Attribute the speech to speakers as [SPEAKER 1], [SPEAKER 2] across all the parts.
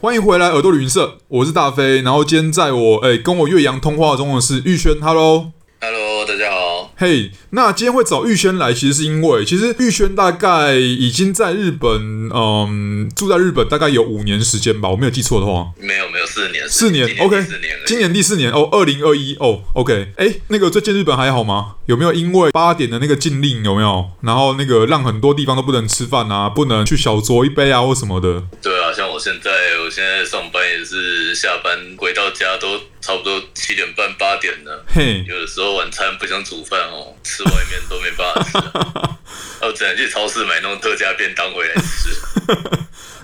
[SPEAKER 1] 欢迎回来耳朵旅行社，我是大飞。然后今天在我诶、跟我岳阳通话中的是玉轩，Hello。
[SPEAKER 2] Hello，大家好。
[SPEAKER 1] 嘿那今天会找玉轩来，其实是因为其实玉轩大概已经在日本，嗯，住在日本大概有五年时间吧，我没有记错的话，
[SPEAKER 2] 没有没有，四年，
[SPEAKER 1] 四年
[SPEAKER 2] 今
[SPEAKER 1] ，OK，
[SPEAKER 2] 第四年了。
[SPEAKER 1] 今年第四年哦，二零二一哦，OK，哎、那个最近日本还好吗？有没有因为八点的那个禁令有没有？然后那个让很多地方都不能吃饭啊，不能去小酌一杯啊或什么的，
[SPEAKER 2] 对啊，像我现在，我现在上班也是下班回到家都差不多七点半八点了。
[SPEAKER 1] 嘿，
[SPEAKER 2] 有的时候晚餐不想煮饭哦，吃外面都没办法吃啊， 我只能去超市买那种特价便当回来吃。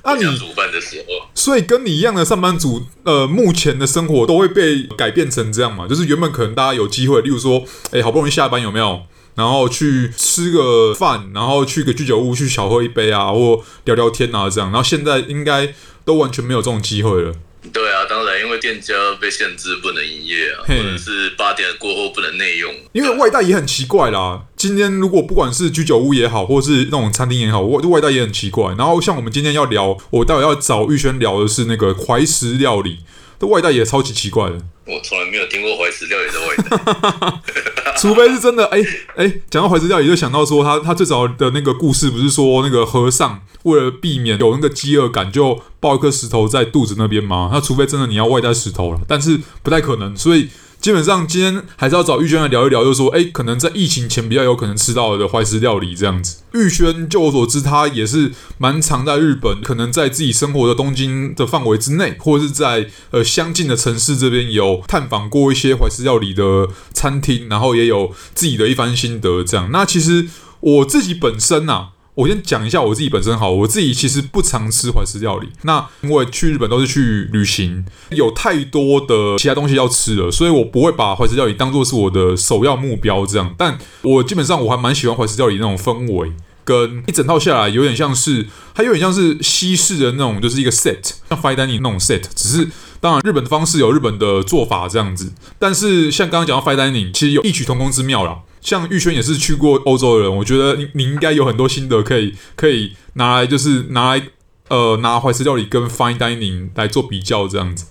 [SPEAKER 1] 那
[SPEAKER 2] 不想
[SPEAKER 1] 你
[SPEAKER 2] 煮饭的时候，
[SPEAKER 1] 所以跟你一样的上班族，呃，目前的生活都会被改变成这样嘛？就是原本可能大家有机会，例如说，哎、好不容易下班有没有？然后去吃个饭，然后去个居酒屋去小喝一杯啊，或聊聊天啊，这样。然后现在应该都完全没有这种机会了。
[SPEAKER 2] 对啊，当然因为店家被限制不能营业啊，或
[SPEAKER 1] 嘿
[SPEAKER 2] 者是八点过后不能内用。
[SPEAKER 1] 因为外带也很奇怪啦。今天如果不管是居酒屋也好，或是那种餐厅也好，外外带也很奇怪。然后像我们今天要聊，我待会要找玉轩聊的是那个怀石料理，这外带也超级奇怪的。
[SPEAKER 2] 我从来没有听过怀石料理的味道。
[SPEAKER 1] 除非是真的，哎、哎，讲、到怀石料理，就想到说他他最早的那个故事，不是说那个和尚为了避免有那个饥饿感，就抱一颗石头在肚子那边吗？那除非真的你要外带石头了，但是不太可能，所以。基本上今天还是要找玉轩来聊一聊，就是说，哎、可能在疫情前比较有可能吃到的怀石料理这样子。玉轩，就我所知，他也是蛮常在日本，可能在自己生活的东京的范围之内，或是在呃相近的城市这边有探访过一些怀石料理的餐厅，然后也有自己的一番心得这样。那其实我自己本身呐、我先讲一下我自己本身好，我自己其实不常吃怀石料理。那因为去日本都是去旅行，有太多的其他东西要吃了，所以我不会把怀石料理当做是我的首要目标这样。但我基本上我还蛮喜欢怀石料理那种氛围，跟一整套下来有点像是，它有点像是西式的那种，就是一个 set，像 fine dining 那种 set，只是当然日本的方式有日本的做法这样子。但是像刚刚讲到 fine dining，其实有异曲同工之妙啦。像玉轩也是去过欧洲的人，我觉得你你应该有很多心得可以可以拿来，就是拿来呃拿怀石料理跟 fine dining 来做比较这样子。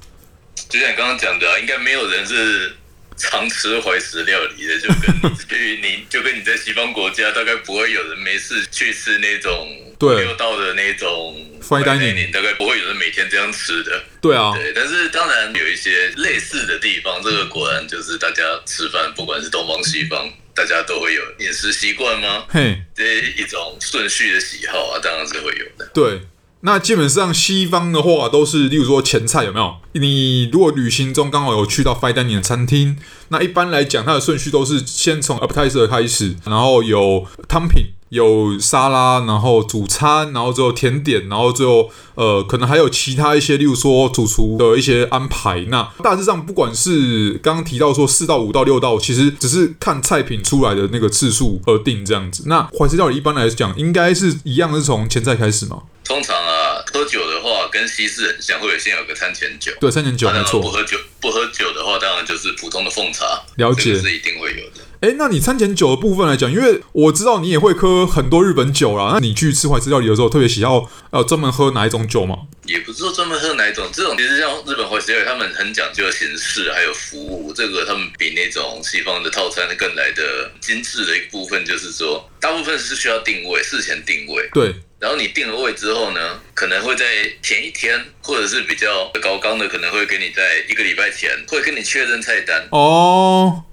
[SPEAKER 2] 就像你刚刚讲的、啊，应该没有人是常吃怀石料理的，就跟对于你 就跟你在西方国家，大概不会有人没事去吃那种
[SPEAKER 1] 对
[SPEAKER 2] 六道的那种
[SPEAKER 1] Fine dining
[SPEAKER 2] 大概不会有人每天这样吃的。
[SPEAKER 1] 对啊，
[SPEAKER 2] 对，但是当然有一些类似的地方，这个果然就是大家吃饭，不管是东方西方，大家都会有饮食习惯吗？
[SPEAKER 1] 嘿，
[SPEAKER 2] 这一种顺序的喜好啊，当然是会有的。
[SPEAKER 1] 对。那基本上西方的话都是，例如说前菜有没有？你如果旅行中刚好有去到 fine dining 的餐厅，那一般来讲它的顺序都是先从 appetizer 开始，然后有汤品。有沙拉，然后主餐，然后最后甜点，然后最后呃，可能还有其他一些，例如说主厨的一些安排。那大致上，不管是刚刚提到说四到五到六道，其实只是看菜品出来的那个次数而定这样子。那怀石料理一般来讲，应该是一样是从前菜开始嘛？
[SPEAKER 2] 通常啊，喝酒的话跟西式很像，会有先有个餐前酒。
[SPEAKER 1] 对，三点九
[SPEAKER 2] 啊
[SPEAKER 1] 没
[SPEAKER 2] 那不
[SPEAKER 1] 错。
[SPEAKER 2] 喝酒不喝酒的话，当然就是普通的奉茶，
[SPEAKER 1] 了解
[SPEAKER 2] 这个是一定会有的。
[SPEAKER 1] 哎，那你餐前酒的部分来讲，因为我知道你也会喝很多日本酒啦，那你去吃怀石料理的时候，特别喜好呃专门喝哪一种酒吗？
[SPEAKER 2] 也不是说专门喝哪一种，这种其实像日本怀石料理，他们很讲究形式还有服务，这个他们比那种西方的套餐更来的精致的一部分，就是说大部分是需要定位，事前定位，
[SPEAKER 1] 对，
[SPEAKER 2] 然后你定了位之后呢，可能会在前一天，或者是比较高纲的，可能会给你在一个礼拜前会跟你确认菜单，
[SPEAKER 1] 哦，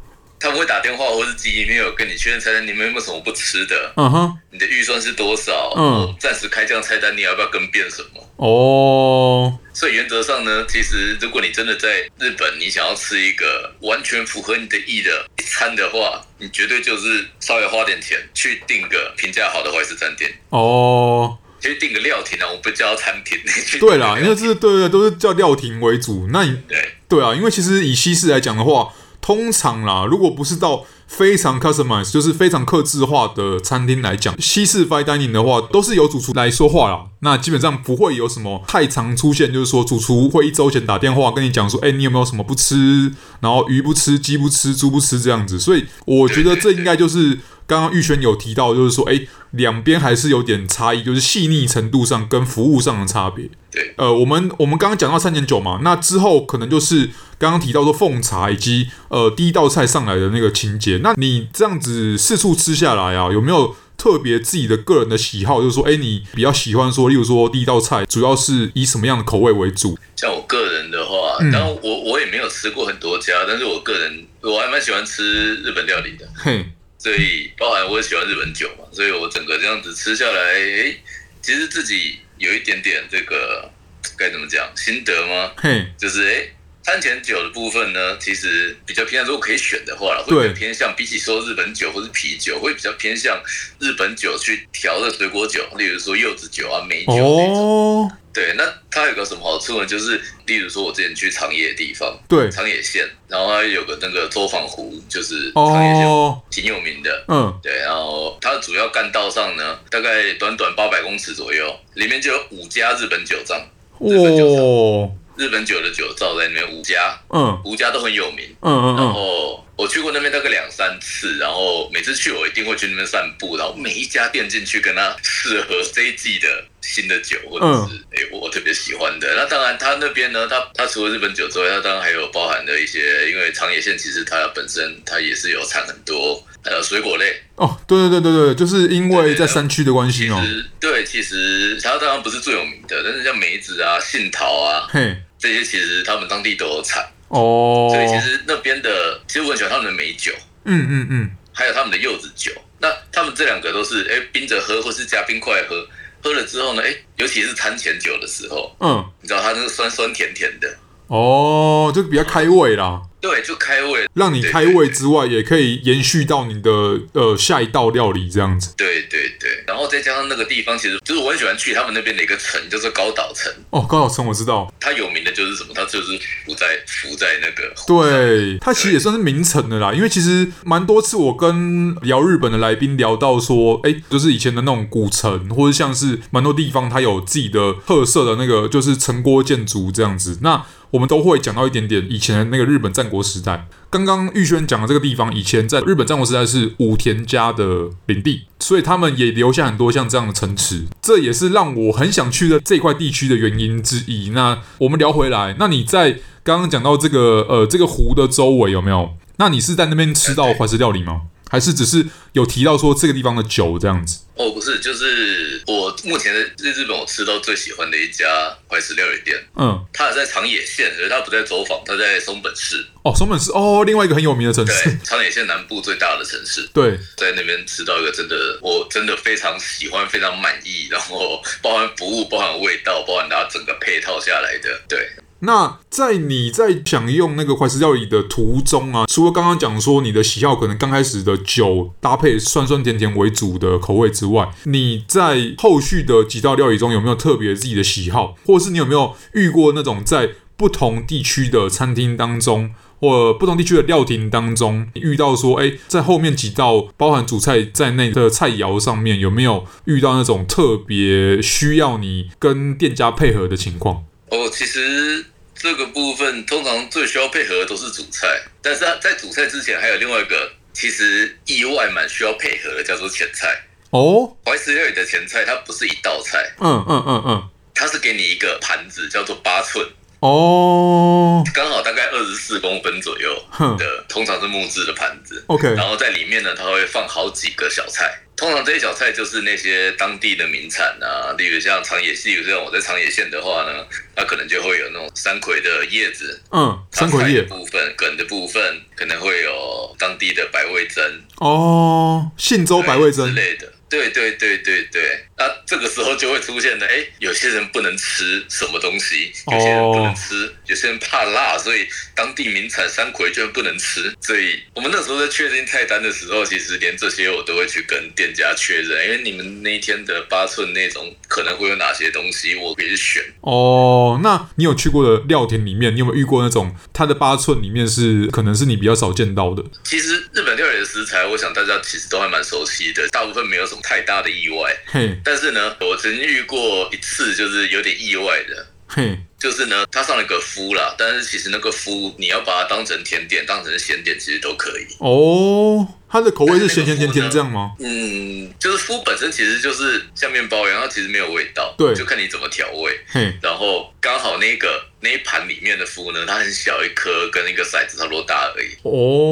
[SPEAKER 2] 他们会打电话或是寄 email 跟你确认菜单，你们有没有什么不吃的？
[SPEAKER 1] 嗯哼，
[SPEAKER 2] 你的预算是多少？
[SPEAKER 1] 嗯，
[SPEAKER 2] 暂时开这样菜单，你要不要跟变什么？
[SPEAKER 1] 哦，
[SPEAKER 2] 所以原则上呢，其实如果你真的在日本，你想要吃一个完全符合你的意的一餐的话，你绝对就是稍微花点钱去订个评价好的怀石餐厅，
[SPEAKER 1] 哦。
[SPEAKER 2] 其实订个料亭啊，我不叫餐厅。 你去订个
[SPEAKER 1] 对啦，
[SPEAKER 2] 料
[SPEAKER 1] 因为是对对，都是叫料亭为主。那你
[SPEAKER 2] 对
[SPEAKER 1] 对啊，因为其实以西式来讲的话，通常啦，如果不是到非常 customize，就是非常客制化的餐厅来讲，西式 fine dining 的话，都是由主厨来说话啦。那基本上不会有什么太常出现，就是说主厨会一周前打电话跟你讲说，哎、你有没有什么不吃？然后鱼不吃，鸡不吃，猪不吃这样子。所以我觉得这应该就是刚刚玉轩有提到，就是说，哎，两边还是有点差异，就是细腻程度上跟服务上的差别。
[SPEAKER 2] 对，
[SPEAKER 1] 呃，我们我们刚刚讲到三点九嘛，那之后可能就是刚刚提到说奉茶以及呃第一道菜上来的那个情节。那你这样子四处吃下来啊，有没有特别自己的个人的喜好？就是说，哎，你比较喜欢说，例如说第一道菜主要是以什么样的口味为主？
[SPEAKER 2] 像我个人的话，
[SPEAKER 1] 嗯
[SPEAKER 2] 当然我我也没有吃过很多家，但是我个人我还蛮喜欢吃日本料理的，
[SPEAKER 1] 嘿，
[SPEAKER 2] 所以包含我也喜欢日本酒嘛，所以我整个这样子吃下来，诶，其实自己有一点点这个该怎么讲心得吗？
[SPEAKER 1] 嘿，
[SPEAKER 2] 就是哎、诶餐前酒的部分呢，其实比较偏向，如果可以选的话啦，会
[SPEAKER 1] 对
[SPEAKER 2] 比较偏向，比起说日本酒或是啤酒，会比较偏向日本酒去调的水果酒，例如说柚子酒啊、梅酒那种。
[SPEAKER 1] 哦，
[SPEAKER 2] 对，那它有个什么好处呢？就是例如说，我之前去长野的地方，
[SPEAKER 1] 对，
[SPEAKER 2] 长野县，然后它有个那个作坊湖，就是长野县
[SPEAKER 1] 哦，
[SPEAKER 2] 挺有名的。
[SPEAKER 1] 嗯，
[SPEAKER 2] 对，然后它的主要干道上呢，大概短短八百公尺左右，里面就有五家日本酒庄，日本酒
[SPEAKER 1] 哇，
[SPEAKER 2] 日本酒的酒造在里面五家，
[SPEAKER 1] 哦嗯
[SPEAKER 2] 五家都很有名。
[SPEAKER 1] 嗯嗯
[SPEAKER 2] 然
[SPEAKER 1] 嗯，
[SPEAKER 2] 后我去过那边大概两三次，然后每次去我一定会去那边散步，然后每一家店进去跟它适合这一季的新的酒，或者是诶、我特别喜欢的。那当然，它那边呢，它它除了日本酒之外，它当然还有包含的一些，因为长野县其实它本身它也是有产很多呃水果类，
[SPEAKER 1] 哦，对对对对对，就是因为在山区的关
[SPEAKER 2] 其
[SPEAKER 1] 系哦，
[SPEAKER 2] 实对，其实它当然不是最有名的，但是像梅子啊、杏桃啊
[SPEAKER 1] 嘿，
[SPEAKER 2] 这些，其实他们当地都有产，
[SPEAKER 1] 哦，
[SPEAKER 2] 所以其实那边的，其实我很喜欢他们的美酒。
[SPEAKER 1] 嗯嗯嗯，
[SPEAKER 2] 还有他们的柚子酒。那他们这两个都是哎冰着喝，或是加冰块喝。喝了之后呢，哎，尤其是餐前酒的时候，
[SPEAKER 1] 嗯，
[SPEAKER 2] 你知道它那个酸酸甜甜的，
[SPEAKER 1] 哦，就比较开胃啦，
[SPEAKER 2] 对，就开胃。
[SPEAKER 1] 让你开胃之外，也可以延续到你的呃下一道料理这样子。
[SPEAKER 2] 对对对，然后再加上那个地方，其实就是我很喜欢去他们那边的一个城，叫做高岛城。
[SPEAKER 1] 哦，高晓晨我知道，
[SPEAKER 2] 它有名的就是什么？它就是浮在浮在那个湖上
[SPEAKER 1] 对，它其实也算是名城的啦，因为其实蛮多次我跟聊日本的来宾聊到说，哎，就是以前的那种古城，或者像是蛮多地方它有自己的特色的那个就是城郭建筑这样子。那我们都会讲到一点点以前的那个日本战国时代。刚刚玉轩讲的这个地方，以前在日本战国时代是武田家的领地，所以他们也留下很多像这样的城池，这也是让我很想去的这块地区的原因之一。那我们聊回来，那你在刚刚讲到这个呃这个湖的周围有没有？那你是在那边吃到怀石料理吗？还是只是有提到说这个地方的酒这样子？
[SPEAKER 2] 哦，不是，就是我目前的在日本我吃到最喜欢的一家怀石料理店，
[SPEAKER 1] 嗯，
[SPEAKER 2] 它在长野县，所以它不在走访，它在松本市。
[SPEAKER 1] 哦，松本是哦，另外一个很有名的城 市，
[SPEAKER 2] 对，长野县南部最大的城 市，
[SPEAKER 1] 对，
[SPEAKER 2] 在那边吃到一个真的，我真的非常喜欢，非常满意，然后包含服务，包含味道，包含它整个配套下来的，对，
[SPEAKER 1] 那在你在享用那个怀石料理的途中啊，除了刚刚讲说你的喜好可能刚开始的酒搭配酸酸甜甜为主的口味之外，你在后续的几道料理中有没有特别自己的喜好，或者是你有没有遇过那种在不同地区的餐厅当中？或不同地区的料亭当中，你遇到说，哎、在后面几道包含主菜在内的菜肴上面，有没有遇到那种特别需要你跟店家配合的情况？
[SPEAKER 2] 哦，其实这个部分通常最需要配合的都是主菜，但是它在主菜之前还有另外一个，其实意外蛮需要配合的，叫做前菜。
[SPEAKER 1] 哦，
[SPEAKER 2] 怀石料理的前菜它不是一道菜，
[SPEAKER 1] 嗯嗯嗯嗯，
[SPEAKER 2] 它是给你一个盘子，叫做八寸，
[SPEAKER 1] 哦，
[SPEAKER 2] 刚好大概二十四公分左右
[SPEAKER 1] 哼
[SPEAKER 2] 的，通常是木质的盘子。
[SPEAKER 1] ，OK，
[SPEAKER 2] 然后在里面呢，它会放好几个小菜。通常这些小菜就是那些当地的名产啊，例如像长野县，例如像我在长野县的话呢，它可能就会有那种山葵的叶子、
[SPEAKER 1] 嗯，三葵
[SPEAKER 2] 叶
[SPEAKER 1] 叶，
[SPEAKER 2] 部分、梗的部分，可能会有当地的白味噌、
[SPEAKER 1] 哦，信州白味
[SPEAKER 2] 之
[SPEAKER 1] 噌，
[SPEAKER 2] 类的。对对对对对，那这个时候就会出现的，哎，有些人不能吃什么东西，有些人不能吃，有些人怕辣，所以当地名产山葵居然不能吃。所以我们那时候在确定菜单的时候，其实连这些我都会去跟店家确认，因为你们那一天的八寸那种可能会有哪些东西，我可以选。
[SPEAKER 1] 哦，那你有去过的料亭里面，你有没有遇过那种它的八寸里面是可能是你比较少见到的？
[SPEAKER 2] 其实日本料理的食材，我想大家其实都还蛮熟悉的，大部分没有什么太大的意外。
[SPEAKER 1] 嘿，
[SPEAKER 2] 但是呢，我曾经遇过一次，就是有点意外的。
[SPEAKER 1] 嘿，
[SPEAKER 2] 就是呢，它上了一个麸啦，但是其实那个麸你要把它当成甜点、当成咸点，其实都可以。
[SPEAKER 1] 哦，它的口味是咸咸甜甜这样吗？
[SPEAKER 2] 嗯，就是麸本身其实就是像面包一样，它其实没有味道，
[SPEAKER 1] 对
[SPEAKER 2] 就看你怎么调味。
[SPEAKER 1] 嘿，
[SPEAKER 2] 然后刚好那个那一盘里面的麸呢，它很小一颗，跟一个骰子差不多大而已。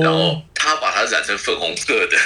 [SPEAKER 2] 然
[SPEAKER 1] 哦
[SPEAKER 2] 后他把它染成粉红色的，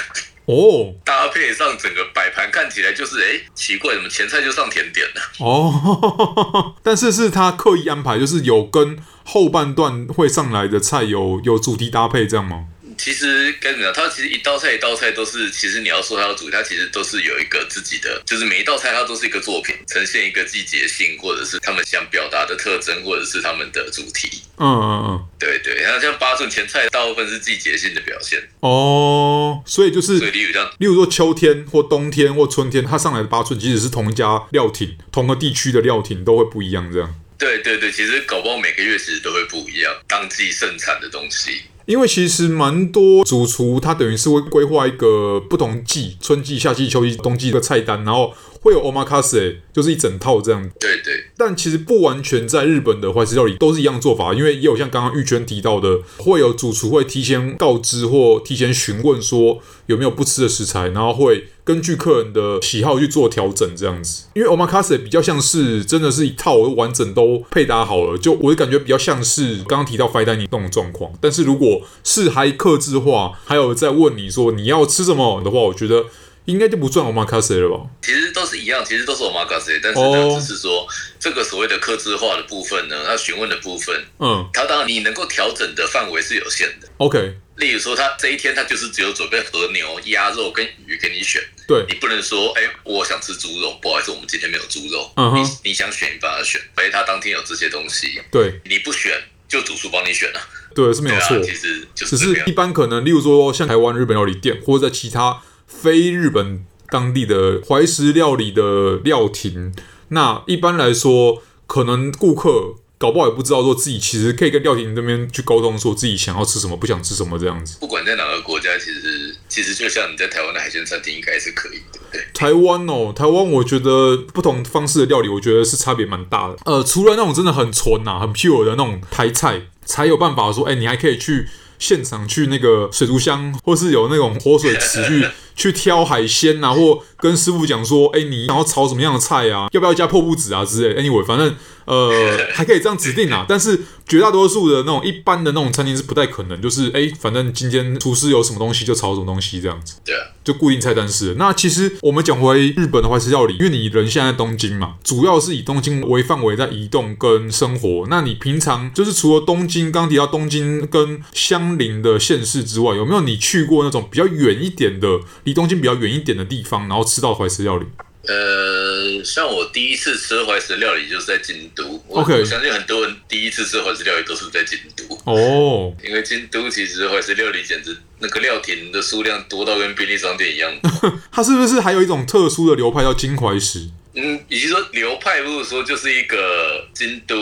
[SPEAKER 1] 哦
[SPEAKER 2] 搭配上整个摆盘，看起来就是哎、诶奇怪，怎么前菜就上甜点了？
[SPEAKER 1] 哦， 但是是他刻意安排，就是有跟后半段会上来的菜有有主题搭配这样吗？
[SPEAKER 2] 其实该怎么讲，它其实一道菜一道菜都是，其实你要说它的主题，它其实都是有一个自己的，就是每一道菜它都是一个作品，呈现一个季节性，或者是他们想表达的特征，或者是他们的主题。
[SPEAKER 1] 嗯嗯嗯。
[SPEAKER 2] 对对，然后像八寸前菜大部分是季节性的表现，
[SPEAKER 1] 哦，所以就是
[SPEAKER 2] 所以例如像
[SPEAKER 1] 例如说秋天或冬天或春天，它上来的八寸即使是同一家料亭、同个地区的料亭，都会不一样这样。
[SPEAKER 2] 对对对，其实搞不好每个月其实都会不一样，当季盛产的东西。
[SPEAKER 1] 因为其实蛮多主厨他等于是会规划一个不同季，春季、夏季、秋季、冬季的菜单，然后会有 omakase，就是一整套这样。
[SPEAKER 2] 对对，
[SPEAKER 1] 但其实不完全在日本的怀石料理都是一样做法，因为也有像刚刚玉娟提到的，会有主厨会提前告知或提前询问说有没有不吃的食材，然后会根据客人的喜好去做调整这样子。因为 omakase 比较像是真的是一套完整都配搭好了，就我的感觉比较像是刚刚提到 fine dining 那种状况。但是如果是还克制化，还有在问你说你要吃什么的话，我觉得应该就不算 omakase 了吧。
[SPEAKER 2] 其实都是一样，其实都是 omakase，但是
[SPEAKER 1] 哦
[SPEAKER 2] 呢，只是说这个所谓的克制化的部分呢，它询问的部分，
[SPEAKER 1] 嗯
[SPEAKER 2] 它当然你能够调整的范围是有限的。
[SPEAKER 1] ，OK，
[SPEAKER 2] 例如说，它这一天它就是只有准备和牛、鸭肉跟鱼给你选，
[SPEAKER 1] 对
[SPEAKER 2] 你，不能说，哎、我想吃猪肉，不好意思，我们今天没有猪肉。
[SPEAKER 1] 嗯哼
[SPEAKER 2] 你你想选，你帮他选，所以他当天有这些东西，
[SPEAKER 1] 对
[SPEAKER 2] 你不选就主厨帮你选了、啊。
[SPEAKER 1] 对，是没
[SPEAKER 2] 对
[SPEAKER 1] 有
[SPEAKER 2] 啊
[SPEAKER 1] 错，。
[SPEAKER 2] 其实就
[SPEAKER 1] 只
[SPEAKER 2] 是这个
[SPEAKER 1] 是
[SPEAKER 2] 样
[SPEAKER 1] 一
[SPEAKER 2] 子。
[SPEAKER 1] 般可能，例如说像台湾日本料理店，或者在其他非日本当地的怀石料理的料亭，那一般来说，可能顾客搞不好也不知道说自己其实可以跟料亭这边去沟通，说自己想要吃什么，不想吃什么这样子。
[SPEAKER 2] 不管在哪个国家，其实其实就像你在台湾的海鲜餐厅，应该是可以的，对不对？
[SPEAKER 1] 台湾哦，台湾我觉得不同方式的料理，我觉得是差别蛮大的。呃，除了那种真的很纯呐、很 pure 的那种台菜，才有办法说，哎、你还可以去现场去那个水族箱，或是有那种活水池去去挑海鲜呐、或跟师傅讲说，哎、你想要炒什么样的菜啊？要不要加破布子啊之类的？Anyway，反正呃还可以这样指定啊。但是绝大多数的那种一般的那种餐厅是不太可能，就是哎、反正今天厨师有什么东西就炒什么东西这样子。
[SPEAKER 2] 对啊。
[SPEAKER 1] 就固定菜单式。那其实我们讲回日本的怀石料理，因为你人现在在东京嘛，主要是以东京为范围在移动跟生活。那你平常就是除了东京，刚提到东京跟相邻的县市之外，有没有你去过那种比较远一点的，离东京比较远一点的地方，然后吃到怀石料理？
[SPEAKER 2] 呃，像我第一次吃怀石料理就是在京都。我
[SPEAKER 1] OK
[SPEAKER 2] 我相信很多人第一次吃怀石料理都是在京都，
[SPEAKER 1] 哦，
[SPEAKER 2] 因为京都其实怀石料理简直那个料亭的数量多到跟便利商店一样。
[SPEAKER 1] 它是不是还有一种特殊的流派叫金怀石
[SPEAKER 2] 嗯，以及说流派，不如说就是一个京都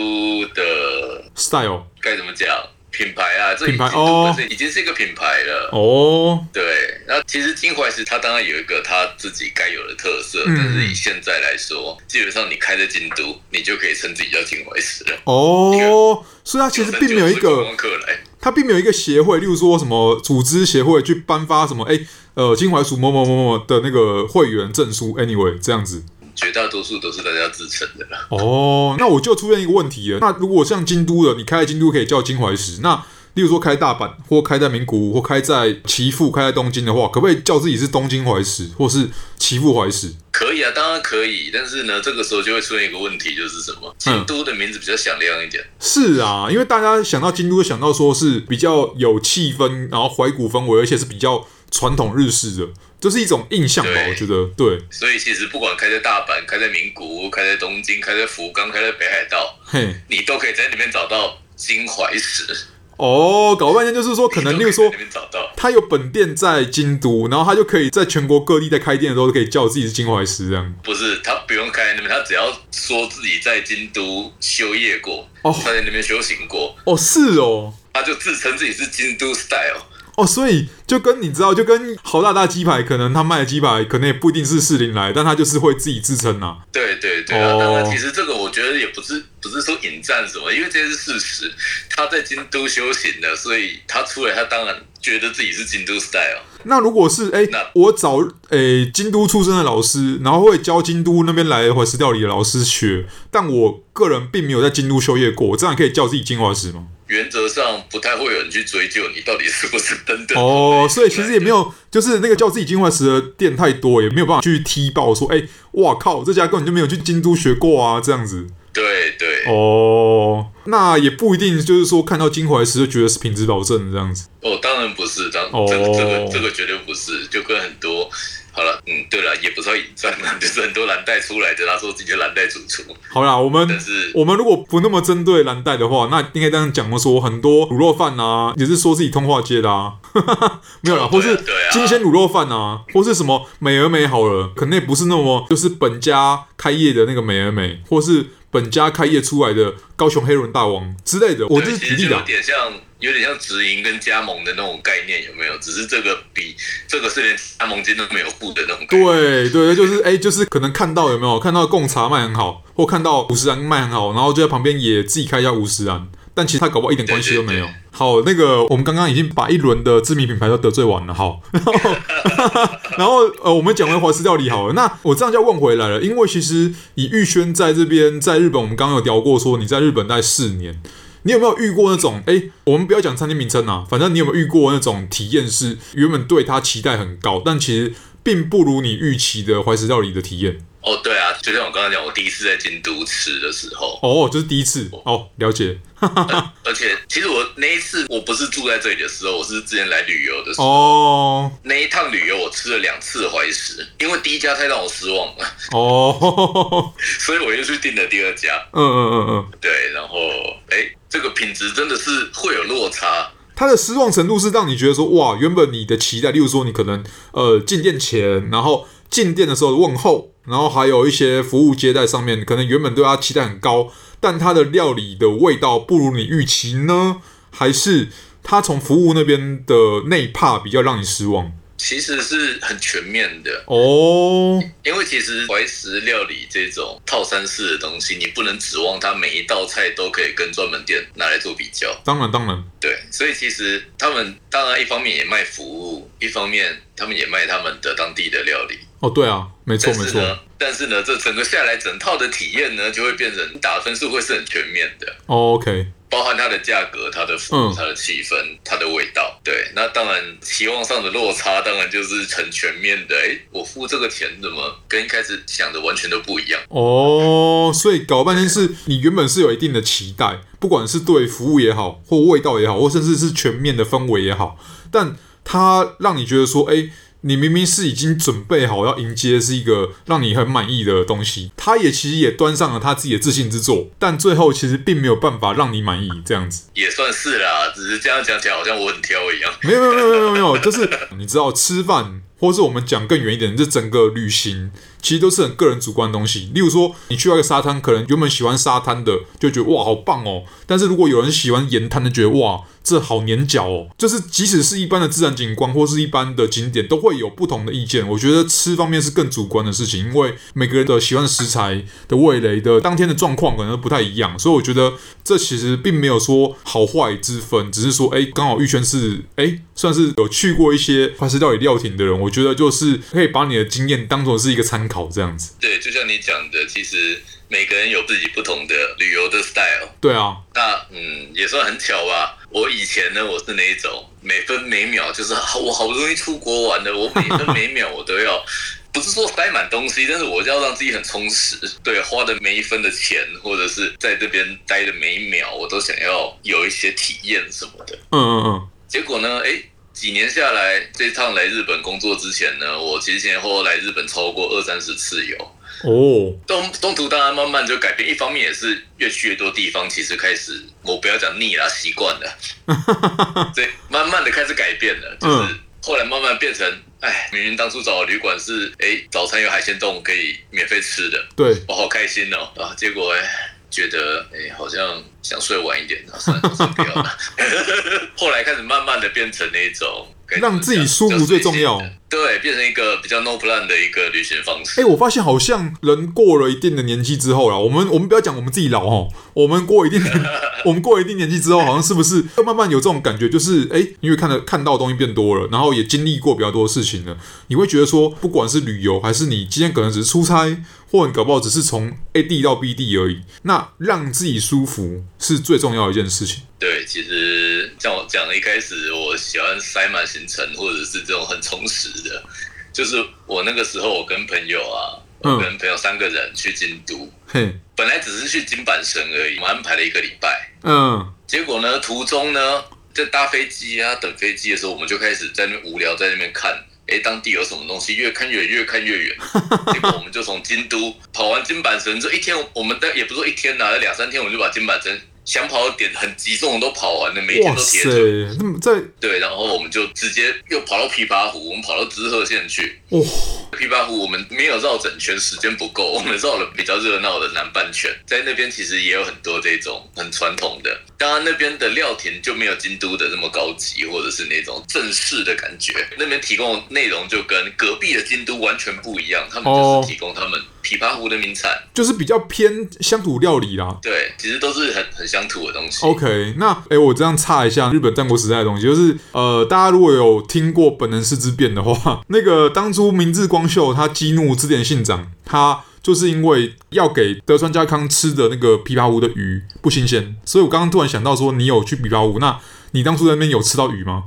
[SPEAKER 2] 的
[SPEAKER 1] style？
[SPEAKER 2] 该怎么讲品牌啊？这
[SPEAKER 1] 品牌
[SPEAKER 2] 京都
[SPEAKER 1] 哦
[SPEAKER 2] 本身已经是一个品牌了。
[SPEAKER 1] 哦，
[SPEAKER 2] 对，那其实金怀石它当然有一个它自己该有的特色，
[SPEAKER 1] 嗯
[SPEAKER 2] 但是以现在来说，基本上你开在京都，你就可以称自己叫金怀石了。
[SPEAKER 1] 哦，所以它其实并没有一
[SPEAKER 2] 就是观
[SPEAKER 1] 个
[SPEAKER 2] 光客来，
[SPEAKER 1] 它并没有一个协会，例如说什么组织协会去颁发什么，哎、呃，金怀属某某某某的那个会员证书，anyway 这样子。
[SPEAKER 2] 绝大多数都是大家自称的啦。
[SPEAKER 1] 哦，那我就出现一个问题了。那如果像京都的，你开在京都可以叫金怀石，那例如说开大阪或开在名古屋或开在岐阜、开在东京的话，可不可以叫自己是东京怀石或是岐阜怀石？
[SPEAKER 2] 可以啊，当然可以，但是呢，这个时候就会出现一个问题，就是什
[SPEAKER 1] 嗯
[SPEAKER 2] 么？京都的名字比较响亮一点，
[SPEAKER 1] 是啊，因为大家想到京都，想到说是比较有气氛，然后怀古氛围，而且是比较传统日式的，这是一种印象吧？
[SPEAKER 2] 对
[SPEAKER 1] 我觉得对，
[SPEAKER 2] 所以其实不管开在大阪、开在名古屋、开在东京、开在福冈、开在北海道，
[SPEAKER 1] 嘿。
[SPEAKER 2] 你都可以在里面找到金怀石，
[SPEAKER 1] 哦，搞半天就是说，可能
[SPEAKER 2] 你
[SPEAKER 1] 例
[SPEAKER 2] 都
[SPEAKER 1] 如
[SPEAKER 2] 可以
[SPEAKER 1] 说
[SPEAKER 2] 在里，面找到。
[SPEAKER 1] 他有本店在京都，然后他就可以在全国各地在开店的时候，都可以叫自己是金怀石这样。
[SPEAKER 2] 不是，他不用开在那边，他只要说自己在京都修业过，
[SPEAKER 1] 哦
[SPEAKER 2] 他在那边修行过，
[SPEAKER 1] 哦，是哦，
[SPEAKER 2] 他就自称自己是京都 style。
[SPEAKER 1] 哦，所以就跟你知道，就跟好大大鸡排，可能他卖的鸡排可能也不一定是士林来，但他就是会自己自称啊。
[SPEAKER 2] 对对对啊
[SPEAKER 1] 哦！
[SPEAKER 2] 当然，其实这个我觉得也不是不是说引战什么，因为这是事实。他在京都修行的，所以他出来，他当然觉得自己是京都 style。
[SPEAKER 1] 那如果是哎、
[SPEAKER 2] 那
[SPEAKER 1] 我找哎、京都出身的老师，然后会教京都那边来怀石料理的老师学，但我个人并没有在京都修业过，我这样可以叫自己金华石吗？
[SPEAKER 2] 原则上不太会有人去追究你到底是不是等 等。
[SPEAKER 1] 哦，所以其实也没有，就是那个叫自己金华石的店太多，也没有办法去踢爆说，哎、哇靠，这家根本就没有去京都学过啊，这样子。
[SPEAKER 2] 对对，哦
[SPEAKER 1] 哦，那也不一定，就是说看到金怀石就觉得是品质保证这样子。
[SPEAKER 2] 当然不是，当
[SPEAKER 1] 哦
[SPEAKER 2] 这个这个这个绝对不是，就跟很多好了，嗯，对了，也不算隐藏啦，就是很多蓝带出来的，他说自己是蓝带主厨，
[SPEAKER 1] 好啦，我们
[SPEAKER 2] 但是
[SPEAKER 1] 我们如果不那么针对蓝带的话，那应该这样讲说，很多卤肉饭啊，也是说自己通化街的啊， 没有啦，
[SPEAKER 2] 哦
[SPEAKER 1] 或
[SPEAKER 2] 对啊
[SPEAKER 1] 是
[SPEAKER 2] 对啊
[SPEAKER 1] 金鲜卤肉饭啊，或是什么美而美好了，可能也不是那么就是本家开业的那个美而美，或是本家开业出来的高雄黑人大王之类的，我这
[SPEAKER 2] 对
[SPEAKER 1] 是
[SPEAKER 2] 其
[SPEAKER 1] 举
[SPEAKER 2] 实就
[SPEAKER 1] 例的
[SPEAKER 2] 有
[SPEAKER 1] 啊。
[SPEAKER 2] 点像有点像直营跟加盟的那种概念，有没有？只是这个比这个是连加盟金都没有付的那种概念。
[SPEAKER 1] 对对对，就是哎、就是可能看到有没有看到贡茶卖很好，或看到五十兰卖很好，然后就在旁边也自己开一家五十兰，但其实他搞不好一点关系都没有。
[SPEAKER 2] 对对
[SPEAKER 1] 好，那个我们刚刚已经把一轮的知名品牌都得罪完了，好， 然后然后呃，我们讲回华氏料理好了。那我这样就要问回来了，因为其实以玉轩在这边，在日本，我们刚刚有聊过说你在日本待四年，你有没有遇过那种？哎、我们不要讲餐厅名称啊，反正你有没有遇过那种体验是原本对它期待很高，但其实并不如你预期的怀石料理的体验？
[SPEAKER 2] 哦，对啊，就像我刚刚讲，我第一次在京都吃的时候，
[SPEAKER 1] 哦，这是第一次哦，了解
[SPEAKER 2] 而且其实我那一次我不是住在这里的时候，我是之前来旅游的时候，
[SPEAKER 1] 哦
[SPEAKER 2] 那一趟旅游我吃了两次怀石，因为第一家太让我失望了，
[SPEAKER 1] 哦，
[SPEAKER 2] 所以我又去订了第二家。
[SPEAKER 1] 嗯嗯嗯嗯，
[SPEAKER 2] 对，然后哎，这个品质真的是会有落差。
[SPEAKER 1] 它的失望程度是让你觉得说，哇，原本你的期待，例如说你可能呃进店前，然后进店的时候的问候，然后还有一些服务接待上面，可能原本对它期待很高，但它的料理的味道不如你预期呢，还是它从服务那边的内帕比较让你失望？
[SPEAKER 2] 其实是很全面的，
[SPEAKER 1] 哦，
[SPEAKER 2] 因为其实怀石料理这种套餐式的东西，你不能指望它每一道菜都可以跟专门店拿来做比较。
[SPEAKER 1] 当然当然，
[SPEAKER 2] 对，所以其实他们当然一方面也卖服务，一方面他们也卖他们的当地的料理。
[SPEAKER 1] 哦对啊，没错
[SPEAKER 2] 但
[SPEAKER 1] 没
[SPEAKER 2] 是
[SPEAKER 1] 错，
[SPEAKER 2] 呢，但是呢，这整个下来整套的体验呢，就会变成你打的分数会是很全面的，
[SPEAKER 1] 哦 OK，
[SPEAKER 2] 包含它的价格、它的服
[SPEAKER 1] 嗯
[SPEAKER 2] 务、它的气氛、它的味道。对，那当然期望上的落差，当然就是很全面的。哎，我付这个钱怎么跟一开始想的完全都不一样？
[SPEAKER 1] 哦，所以搞半天是你原本是有一定的期待，不管是对服务也好，或味道也好，或甚至是全面的氛围也好，但它让你觉得说，哎、你明明是已经准备好要迎接是一个让你很满意的东西，它也其实也端上了它自己的自信之作，但最后其实并没有办法让你满意，这样子。
[SPEAKER 2] 也算是啦，只是这样讲起来好像我很挑一样。
[SPEAKER 1] 没有没有没有没有没有没有，就是你知道吃饭，或是我们讲更远一点，这整个旅行其实都是很个人主观的东西。例如说，你去到一个沙滩，可能原本喜欢沙滩的就觉得哇好棒哦，但是如果有人喜欢盐滩的，觉得哇这好粘脚哦。就是即使是一般的自然景观或是一般的景点，都会有不同的意见。我觉得吃方面是更主观的事情，因为每个人的喜欢的食材的味蕾的当天的状况可能都不太一样，所以我觉得这其实并没有说好坏之分，只是说哎，刚好玉轩是哎算是有去过一些怀石料理料亭的人，我觉得就是可以把你的经验当做是一个参考这样子。
[SPEAKER 2] 对，就像你讲的，其实每个人有自己不同的旅游的 style。
[SPEAKER 1] 对啊，
[SPEAKER 2] 那嗯，也算很巧吧。我以前呢，我是那一种每分每秒就是啊我好不容易出国玩了，我每分每秒我都 要，不是说塞满东西，但是我就要让自己很充实。对，花的每一分的钱，或者是在这边待的每一秒，我都想要有一些体验什么的。
[SPEAKER 1] 嗯嗯嗯，
[SPEAKER 2] 结果呢，哎，几年下来，这趟来日本工作之前呢，我其实前前后后来日本超过二三十次游。
[SPEAKER 1] 哦，
[SPEAKER 2] 中中途当然慢慢就改变，一方面也是越去越多地方，其实开始我不要讲腻啦，习惯了，所以慢慢的开始改变了，就是
[SPEAKER 1] 嗯
[SPEAKER 2] 后来慢慢变成，哎，明明当初找的旅馆是，哎、早餐有海鲜冻可以免费吃的，
[SPEAKER 1] 对，
[SPEAKER 2] 我好开心哦，啊，结果哎、觉得哎、好像想睡晚一点，啊算了，算了不 要了。后来开始慢慢的变成那种感觉
[SPEAKER 1] 让自己舒服最重要
[SPEAKER 2] 比较随性的对，变成一个比较 no plan 的一个旅行方式。
[SPEAKER 1] 哎、我发现好像人过了一定的年纪之后啦，我们我们不要讲我们自己老哦，我们过一定年 我们过一定年纪之后，好像是不是要慢慢有这种感觉，就是哎、因为看的看到的东西变多了，然后也经历过比较多的事情了，你会觉得说，不管是旅游还是你今天可能只是出差，或你搞不好只是从 A 地到 B 地而已，那让自己舒服是最重要的一件事情。
[SPEAKER 2] 对，其实像我讲的，一开始我喜欢塞满行程，或者是这种很充实的。就是我那个时候，我跟朋友啊，
[SPEAKER 1] 嗯
[SPEAKER 2] 我跟朋友三个人去京都，
[SPEAKER 1] 嘿，
[SPEAKER 2] 本来只是去金板神而已，我们安排了一个礼拜。
[SPEAKER 1] 嗯，
[SPEAKER 2] 结果呢，途中呢，在搭飞机啊、等飞机的时候，我们就开始在那边无聊，在那边看，哎，当地有什么东西，越看越远，越看越 远。结果我们就从京都跑完金板神这一天，我们在也不是说一天啦、两三天我们就把金板神想跑的点很集中的都跑完了，每一天
[SPEAKER 1] 哇
[SPEAKER 2] 都铁
[SPEAKER 1] 塞
[SPEAKER 2] 准。，
[SPEAKER 1] 那么在
[SPEAKER 2] 对，然后我们就直接又跑到琵琶湖，我们跑到滋贺县去。
[SPEAKER 1] 哇、
[SPEAKER 2] 琵琶湖我们没有绕整圈，时间不够，我们绕了比较热闹的南半圈，在那边其实也有很多这种很传统的，当然那边的料亭就没有京都的那么高级，或者是那种正式的感觉。那边提供的内容就跟隔壁的京都完全不一样，他们
[SPEAKER 1] 哦
[SPEAKER 2] 就是提供他们琵琶湖的名产，
[SPEAKER 1] 就是比较偏乡土料理啦。
[SPEAKER 2] 对，其实都是很很乡土的东西。
[SPEAKER 1] OK，那诶、我这样插一下日本战国时代的东西，就是呃，大家如果有听过本能寺之变的话， 那个当初明治光秀他激怒织田信长，他就是因为要给德川家康吃的那个琵琶湖的鱼不新鲜，所以我刚刚突然想到说，你有去琵琶湖，那你当初在那边有吃到鱼吗？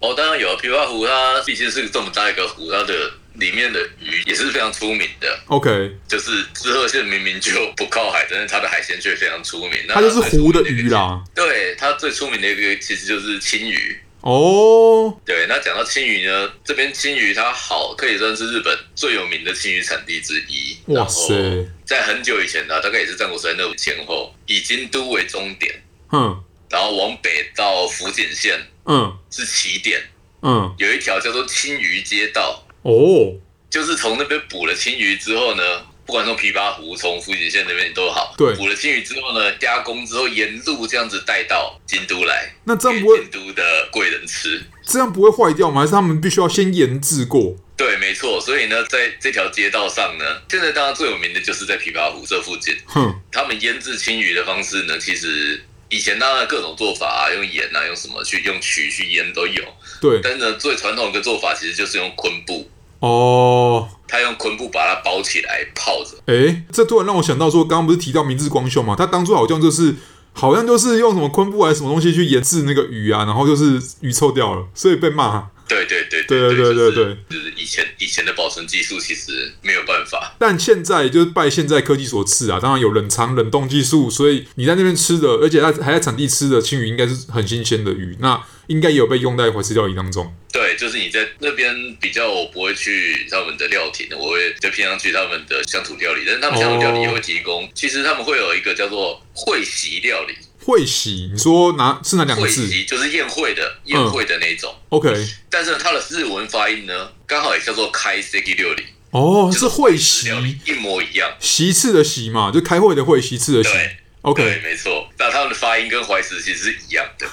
[SPEAKER 2] 哦，当然有啊，琵琶湖它毕竟是这么大一个湖，它的里面的鱼也是非常出名的。
[SPEAKER 1] ？OK，
[SPEAKER 2] 就是滋贺县明明就不靠海，但是它的海鲜却非常出名。那
[SPEAKER 1] 它就是
[SPEAKER 2] 最出
[SPEAKER 1] 湖
[SPEAKER 2] 名
[SPEAKER 1] 的
[SPEAKER 2] 一个
[SPEAKER 1] 鱼。啦。
[SPEAKER 2] 对，它最出名的一个其实就是青鱼。
[SPEAKER 1] 哦，
[SPEAKER 2] 对，那讲到青鱼呢，这边青鱼它好可以算是日本最有名的青鱼产地之一。
[SPEAKER 1] 哇塞，
[SPEAKER 2] 然后在很久以前呢、大概也是战国时代那种前后，以京都为终点，
[SPEAKER 1] 嗯
[SPEAKER 2] 然后往北到福井县
[SPEAKER 1] 嗯
[SPEAKER 2] 是起点，
[SPEAKER 1] 嗯，
[SPEAKER 2] 有一条叫做青鱼街道。
[SPEAKER 1] 哦，
[SPEAKER 2] 就是从那边捕了青鱼之后呢，不管从琵琶湖、从福井县那边都好，
[SPEAKER 1] 对
[SPEAKER 2] 捕了青鱼之后呢，加工之后沿路这样子带到京都来，
[SPEAKER 1] 那这
[SPEAKER 2] 给
[SPEAKER 1] 样不会
[SPEAKER 2] 京都的贵人吃。
[SPEAKER 1] 这样不会坏掉吗？还是他们必须要先研制过？
[SPEAKER 2] 对，没错。所以呢，在这条街道上呢，现在当然最有名的就是在琵琶湖这附近，
[SPEAKER 1] 哼，
[SPEAKER 2] 他们腌制青鱼的方式呢，其实以前当然各种做法啊，用盐啊，用什么去用曲去腌都有，
[SPEAKER 1] 对，
[SPEAKER 2] 但是呢，最传统的做法其实就是用昆布，
[SPEAKER 1] 哦，
[SPEAKER 2] 他用昆布把它包起来泡着。
[SPEAKER 1] 诶，这突然让我想到说，刚刚不是提到明治光秀嘛？他当初好像就是，好像就是用什么昆布还是什么东西去研制那个鱼啊，然后就是鱼臭掉了，所以被骂。
[SPEAKER 2] 对对对
[SPEAKER 1] 对对对
[SPEAKER 2] 对就是就是以前以前的保存技术其实没有办法，
[SPEAKER 1] 但现在就是拜现在科技所赐啊，当然有冷藏冷冻技术，所以你在那边吃的，而且它还在产地吃的青鱼，应该是很新鲜的鱼，那应该也有被用在怀石料理当中。
[SPEAKER 2] 对，就是你在那边比较，我不会去他们的料亭，我会就偏向去他们的乡土料理，但是他们乡土料理也会提
[SPEAKER 1] 哦
[SPEAKER 2] 供，其实他们会有一个叫做会席料理，
[SPEAKER 1] 会席，你说哪是哪两个
[SPEAKER 2] 会
[SPEAKER 1] 字嗯
[SPEAKER 2] 席就是宴会的宴会的那种，
[SPEAKER 1] ？OK，
[SPEAKER 2] 但是它的日文发音呢，刚好也叫做开 C G 料理，
[SPEAKER 1] 哦，是会
[SPEAKER 2] 料理
[SPEAKER 1] 席，
[SPEAKER 2] 一模一样，
[SPEAKER 1] 席次的席嘛，就开会的会，席次的席
[SPEAKER 2] 对。对，
[SPEAKER 1] OK，
[SPEAKER 2] 没错。那他们的发音跟怀石其实是一样 的，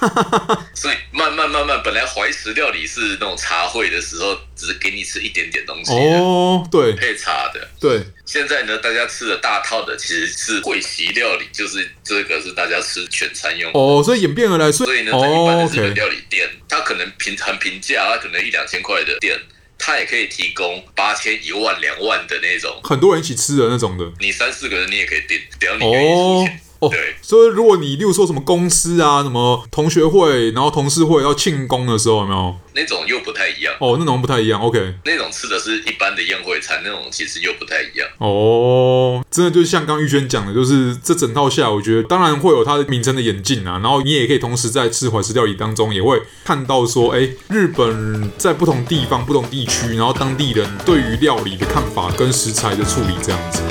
[SPEAKER 2] 所以慢慢慢慢，本来怀石料理是那种茶会的时候，只是给你吃一点点东西的
[SPEAKER 1] 哦，对
[SPEAKER 2] 配茶的。
[SPEAKER 1] 对，
[SPEAKER 2] 现在呢，大家吃的大套的其实是会席料理，就是这个是大家吃全餐用的。
[SPEAKER 1] 哦，所以演变而来，所
[SPEAKER 2] 所以
[SPEAKER 1] 以
[SPEAKER 2] 呢，在一般
[SPEAKER 1] 哦
[SPEAKER 2] 的日本
[SPEAKER 1] ，OK，
[SPEAKER 2] 料理店，它可能平很平价，它可能一两千块的店，它也可以提供八千、一万、两万的那种。
[SPEAKER 1] 很多人一起吃的那种的，
[SPEAKER 2] 你三四个人你也可以订，只要你愿意出
[SPEAKER 1] 哦
[SPEAKER 2] 钱。
[SPEAKER 1] 哦
[SPEAKER 2] 对，
[SPEAKER 1] 所以如果你例如说什么公司啊，什么同学会，然后同事会要庆功的时候，有没有？
[SPEAKER 2] 那种又不太一样。
[SPEAKER 1] 哦，那种不太一样，OK，
[SPEAKER 2] 那种吃的是一般的宴会餐，那种其实又不太一样。
[SPEAKER 1] 哦，真的就像刚玉轩讲的，就是这整套下来，我觉得当然会有它的名称的演进啊，然后你也可以同时在吃怀石料理当中，也会看到说，哎，日本在不同地方、不同地区，然后当地人对于料理的看法跟食材的处理这样子。